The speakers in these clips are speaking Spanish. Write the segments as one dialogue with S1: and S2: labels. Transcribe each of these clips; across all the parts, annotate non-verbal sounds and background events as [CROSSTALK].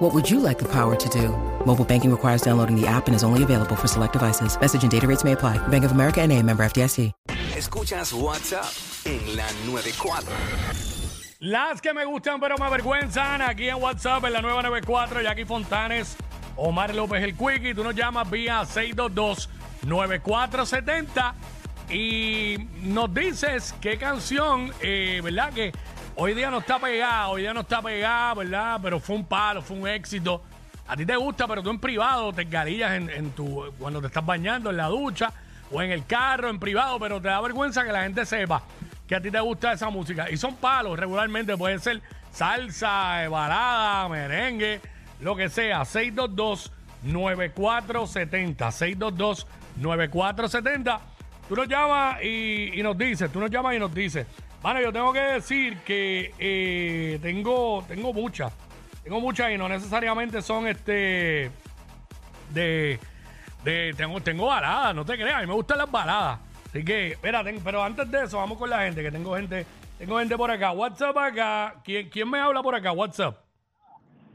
S1: What would you like the power to do? Mobile banking requires downloading the app and is only available for select devices. Message and data rates may apply. Bank of America and a member FDIC.
S2: Escuchas WhatsApp en la [LAUGHS] 94.
S3: Las que me gustan pero me avergüenzan, aquí en WhatsApp en la nueva 94, Jackie Fontanes, Omar López el Quickie, tú nos llamas vía 622-9470 y nos dices qué canción, eh, ¿verdad? Que hoy día no está pegada, hoy día no está pegada, ¿verdad? Pero fue un palo, fue un éxito. A ti te gusta, pero tú en privado te engarillas en, en tu, cuando te estás bañando, en la ducha o en el carro, en privado, pero te da vergüenza que la gente sepa que a ti te gusta esa música. Y son palos regularmente, puede ser salsa, eh, balada, merengue, lo que sea. 622-9470. 622-9470. Tú nos llamas y, y nos dices, tú nos llamas y nos dices. Bueno, yo tengo que decir que eh, tengo, tengo muchas. Tengo muchas y no necesariamente son este de, de- tengo, tengo baladas, no te creas, a mí me gustan las baladas. Así que, espérate, pero antes de eso, vamos con la gente, que tengo gente, tengo gente por acá. WhatsApp acá. ¿Quién, quién me habla por acá? WhatsApp.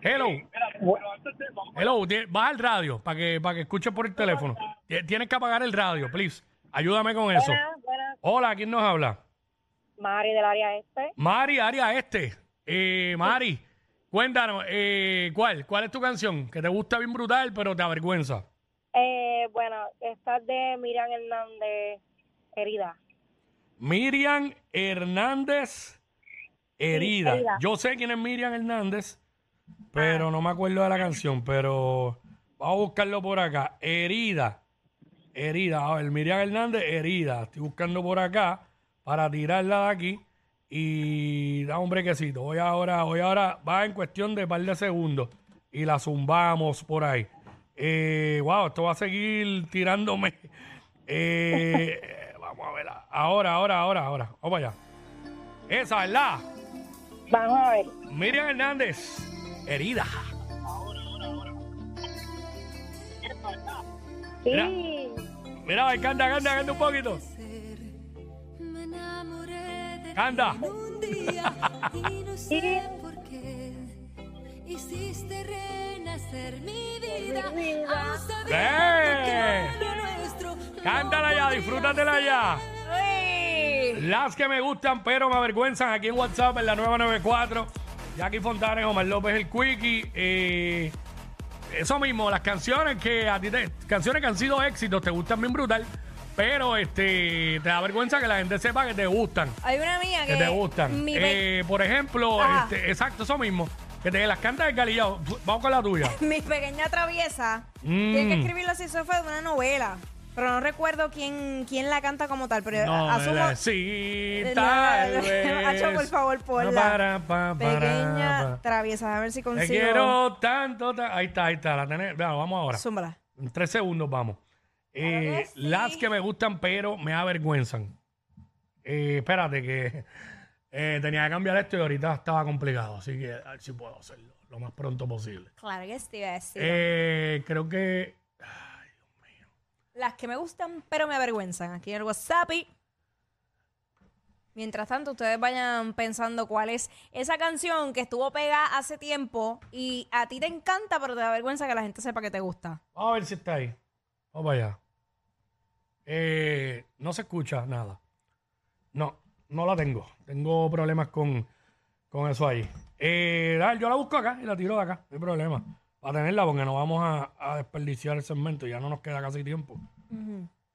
S3: Hello. Hello, ti- baja el radio para que, para que escuches por el teléfono. Ti- Tienes que apagar el radio, please. Ayúdame con eso.
S4: Buenas, buenas.
S3: Hola, ¿quién nos habla?
S4: Mari del área este.
S3: Mari, área este. Eh, Mari, cuéntanos, eh, ¿cuál? ¿Cuál es tu canción? Que te gusta bien brutal, pero te avergüenza.
S4: Eh, bueno, esta es de Miriam Hernández, herida.
S3: Miriam Hernández herida.
S4: herida.
S3: Yo sé quién es Miriam Hernández, pero no me acuerdo de la canción, pero vamos a buscarlo por acá. Herida. Herida. A ver, Miriam Hernández herida. Estoy buscando por acá para tirarla de aquí y da un brequecito. Voy ahora, voy ahora, va en cuestión de par de segundos y la zumbamos por ahí. Eh, wow, esto va a seguir tirándome. [LAUGHS] Eh, eh, vamos a ver. Ahora, ahora, ahora, ahora. Vamos allá. Esa es la
S4: Vamos a ver.
S3: Miriam Hernández, herida.
S4: Sí.
S3: Mira, a ver, canta, canta, canta un poquito.
S5: Me enamoré de
S3: Anda.
S5: ti un día y
S6: [LAUGHS]
S5: no sé por qué hiciste renacer mi vida. Aún sabiendo que
S3: ¡Eh!
S5: lo nuestro no
S3: Cántala ya,
S5: podría
S3: disfrútatela ya. Las que me gustan pero me avergüenzan aquí en WhatsApp en la 994. Jackie Fontanes, Omar López, el Quickie. eh, eso mismo, las canciones que a ti te, canciones que han sido éxitos, te gustan bien brutal, pero este te da vergüenza que la gente sepa que te gustan.
S6: Hay una mía que,
S3: que te gustan.
S6: Mi, pe-
S3: Eh, por ejemplo,
S6: Ajá.
S3: este, exacto, eso mismo. Que te las cantas de galillao. Vamos con la
S6: [LAUGHS]
S3: tuya.
S6: mi pequeña traviesa
S3: Mm.
S6: tiene que escribir la fue de una novela. Pero no recuerdo quién, quién la canta como tal, pero
S3: No,
S6: asumo.
S3: eh, sí,
S6: Eh,
S3: tal
S6: no, no, [LAUGHS]
S3: vez.
S6: Hacho, por favor, ponla.
S3: No, para, pa, para,
S6: Pequeña
S3: pa.
S6: traviesa, a ver si
S3: Te
S6: consigo.
S3: quiero tanto. ta- Ahí está, ahí está. La tenés. Veamos, vamos ahora.
S6: Zúmbala.
S3: En tres segundos vamos. Eh,
S6: Claro que sí.
S3: Las que me gustan, pero me avergüenzan. Eh, espérate, que eh, tenía que cambiar esto y ahorita estaba complicado. Así que a ver si puedo hacerlo lo más pronto posible.
S6: Claro que sí, iba a decir.
S3: Eh, creo que.
S6: Las que me gustan, pero me avergüenzan. Aquí en el WhatsApp. y- Mientras tanto, ustedes vayan pensando cuál es esa canción que estuvo pegada hace tiempo y a ti te encanta, pero te da vergüenza que la gente sepa que te gusta.
S3: Vamos a ver si está ahí. Vamos para allá. Eh, no se escucha nada. No, no la tengo. Tengo problemas con, con eso ahí. Eh, dale, yo la busco acá y la tiro de acá. No hay problema. Para tenerla, porque no vamos a, a desperdiciar el segmento. Ya no nos queda casi tiempo.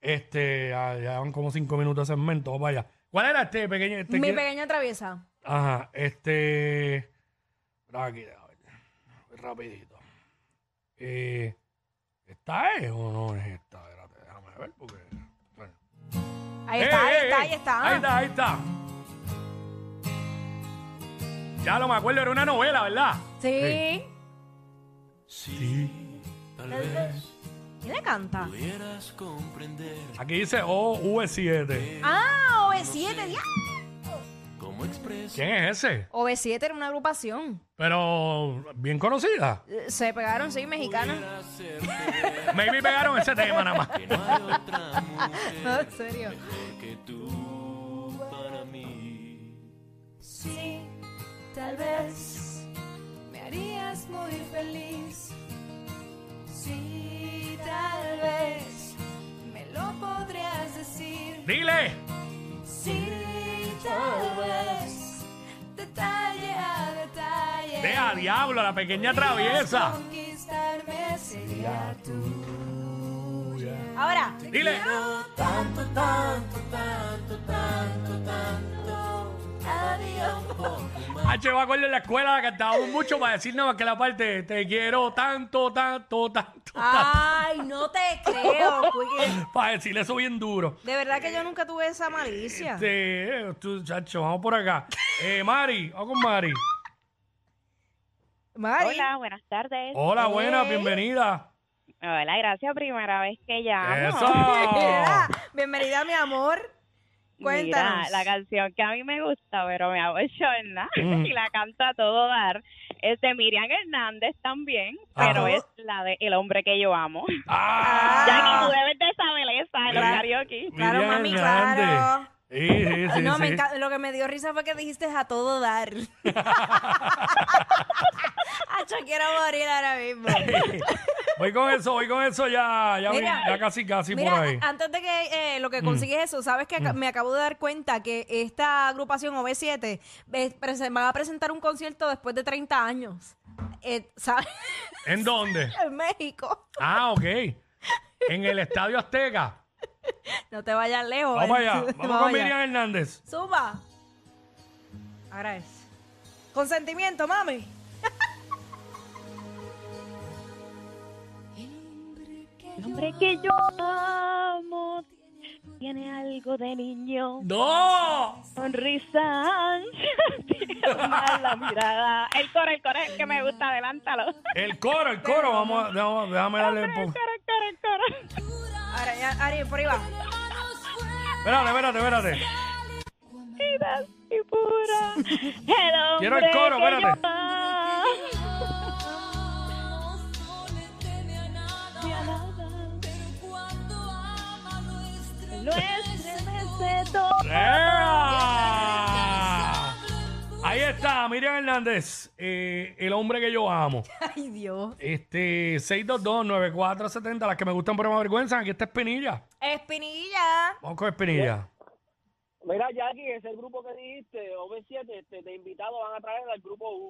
S3: Este, ya, ya van como cinco minutos de segmento. Vamos para allá. ¿Cuál era este pequeño? este
S6: Mi
S3: que-
S6: pequeña traviesa.
S3: Ajá, este. Espera aquí, a ver. Voy rapidito. Eh, ¿Esta es o no es esta? Espérate, déjame ver porque. Bueno.
S6: Ahí
S3: ¡Eh,
S6: está, ahí
S3: eh,
S6: está,
S3: eh!
S6: ahí está.
S3: Ahí está, ahí está. Ya lo me acuerdo, era una novela, ¿verdad?
S6: Sí.
S3: Sí, tal vez.
S6: ¿Quién le canta?
S3: Aquí dice OV7.
S6: Ah, OV7, ya.
S3: ¿Quién es ese?
S6: OV7 era una agrupación.
S3: Pero bien conocida.
S6: Eh, Se pegaron, sí, mexicanas.
S3: Maybe pegaron ese tema nada más.
S6: [LAUGHS] No, en serio.
S5: Sí, tal vez me harías muy feliz. Sí, tal vez me lo podrías decir.
S3: Dile.
S5: Sí, tal vez detalle a detalle.
S3: Vea, diablo, la pequeña traviesa.
S5: Conquistarme sería tú.
S6: Ahora,
S3: Dile.
S5: Tanto, tanto, tanto, tanto, tanto. Adiós.
S3: H va a en la escuela cantábamos mucho para decir nada más que la parte te quiero tanto, tanto, tanto,
S6: Ah.
S3: tanto.
S6: Ay, no te creo, Quickie.
S3: Para decirle eso bien duro.
S6: De verdad que yo nunca tuve esa malicia.
S3: Este, eh, tú, chacho, vamos por
S6: [LAUGHS]
S3: acá. Eh, Mari, vamos con Mari.
S6: Mari.
S4: Hola, buenas tardes.
S3: Hola,
S6: Eh.
S3: buenas, bienvenida.
S4: Hola, gracias. Primera vez que llamo.
S6: [LAUGHS]
S3: Eso.
S6: Mira, Bienvenida, mi amor. Cuéntanos.
S4: Mira, la canción que a mí me gusta, pero me abochorna [LAUGHS]
S3: Mm.
S4: y la canta a todo dar, es de Miriam Hernández también, pero
S3: Ajá.
S4: es la de El hombre que yo amo.
S3: Ah,
S4: Ya que tú debes de saber esa de los
S3: Mira.
S4: karaoke.
S6: Claro,
S3: Miriam
S6: mami,
S3: Hernández.
S6: claro.
S3: Sí, sí, sí.
S6: no, me
S3: sí.
S6: encanta- lo que me dio risa fue que dijiste a todo dar. Acho, quiero morir ahora mismo.
S3: [LAUGHS] Voy con eso, voy con eso ya, ya, voy- ya casi, casi
S6: mira,
S3: por ahí. Mm.
S6: antes de que eh, lo que consigues eso, sabes que aca- me acabo de dar cuenta que esta agrupación OV7 eh, prese- va a presentar un concierto después de 30 años. Eh, ¿Sabes? [LAUGHS]
S3: ¿En dónde?
S6: en México.
S3: Ah, ok. En el Estadio Azteca.
S6: No te vayas lejos. ¿eh?
S3: Vamos [LAUGHS]
S6: [LAUGHS]
S3: allá.
S6: Vamos
S3: Vamos con
S6: allá.
S3: Miriam Hernández.
S6: Suba. Ahora es. Consentimiento, mami.
S4: El hombre que yo amo tiene algo de niño.
S3: ¡No!
S4: Sonrisa, [LAUGHS] ansia, la mirada. El coro, el coro es el que me gusta, adelántalo.
S3: El coro, el coro. Vamos, a- déjame, déjame darle un
S4: El
S3: poco.
S4: coro, el coro, el coro.
S6: Ahora, ya, Ari, por ahí va.
S3: Espérate, espérate, espérate.
S4: Vida y pura. El hombre
S3: Quiero el coro,
S4: que
S3: espérate.
S4: yo amo. Lo estremece todo.
S3: ¡Ea! Ahí está, Miriam Hernández, eh, el hombre que yo amo.
S6: [LAUGHS] Ay, Dios.
S3: Este, 622-9470, las que me gustan pero me avergüenzan. Aquí está Espinilla.
S6: Espinilla.
S3: Vamos con Espinilla.
S7: Mira, Jackie, ese grupo que dijiste, OV7, este, de invitado van a traer al grupo U.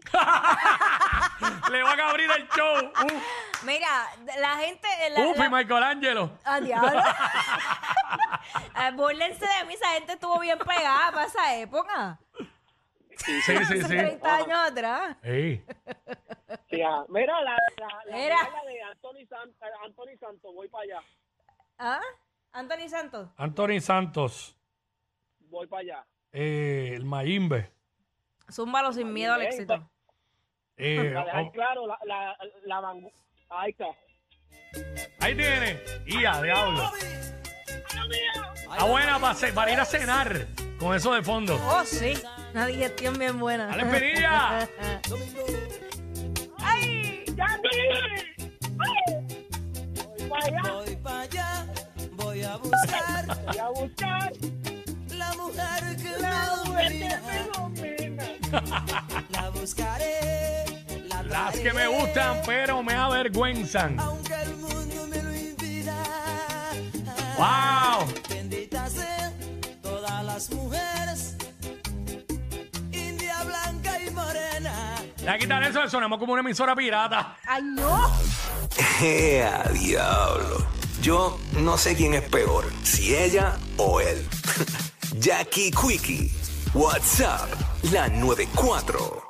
S3: Le van a abrir el show. Uf,
S6: Mira, la gente. eh, La,
S3: Uf, Uh, y
S6: la-
S3: Michelangelo.
S6: Ah, diablo. [LAUGHS] Ay, Bórrense de mí, esa gente estuvo bien pegada para esa época.
S3: Sí, sí,
S6: Hace
S3: sí.
S6: 30 años atrás.
S3: Ey.
S7: Sí, ah, mira, la, la, la,
S6: Mira.
S7: mira la de Anthony, San, eh, Anthony Santos, voy para allá,
S6: ¿Ah? Anthony Santos.
S3: Anthony Santos,
S7: voy para allá.
S3: eh, el Mayimbe.
S6: Zúmbalo sin miedo al éxito.
S3: Eh,
S7: Para dejar
S3: oh,
S7: claro, la, la, la vangu- Ahí está.
S3: ahí tiene. Ia, diablo. Está buena para, ce- para ir a cenar con eso de fondo.
S6: Oh, sí. Una digestión bien buena.
S3: ¡Dale, Espinilla!
S6: ¡Ay!
S8: Voy para allá, voy a buscar
S7: Voy a buscar
S8: la mujer que
S7: la
S8: me
S7: mujer que
S8: domina.
S7: me domina.
S8: La buscaré, la
S3: Las
S8: traeré,
S3: que me gustan, pero me avergüenzan.
S8: Aunque el mundo me lo impida.
S3: ¡Wow!
S8: Benditas sean todas las mujeres, india, blanca y morena.
S3: Ya quitar eso, sonamos como una emisora pirata.
S6: ¡Ay, no!
S2: ¡Ea, Eh, diablo! Yo no sé quién es peor, si ella o [LAUGHS] él. Jackie Quickie, WhatsApp, la 94.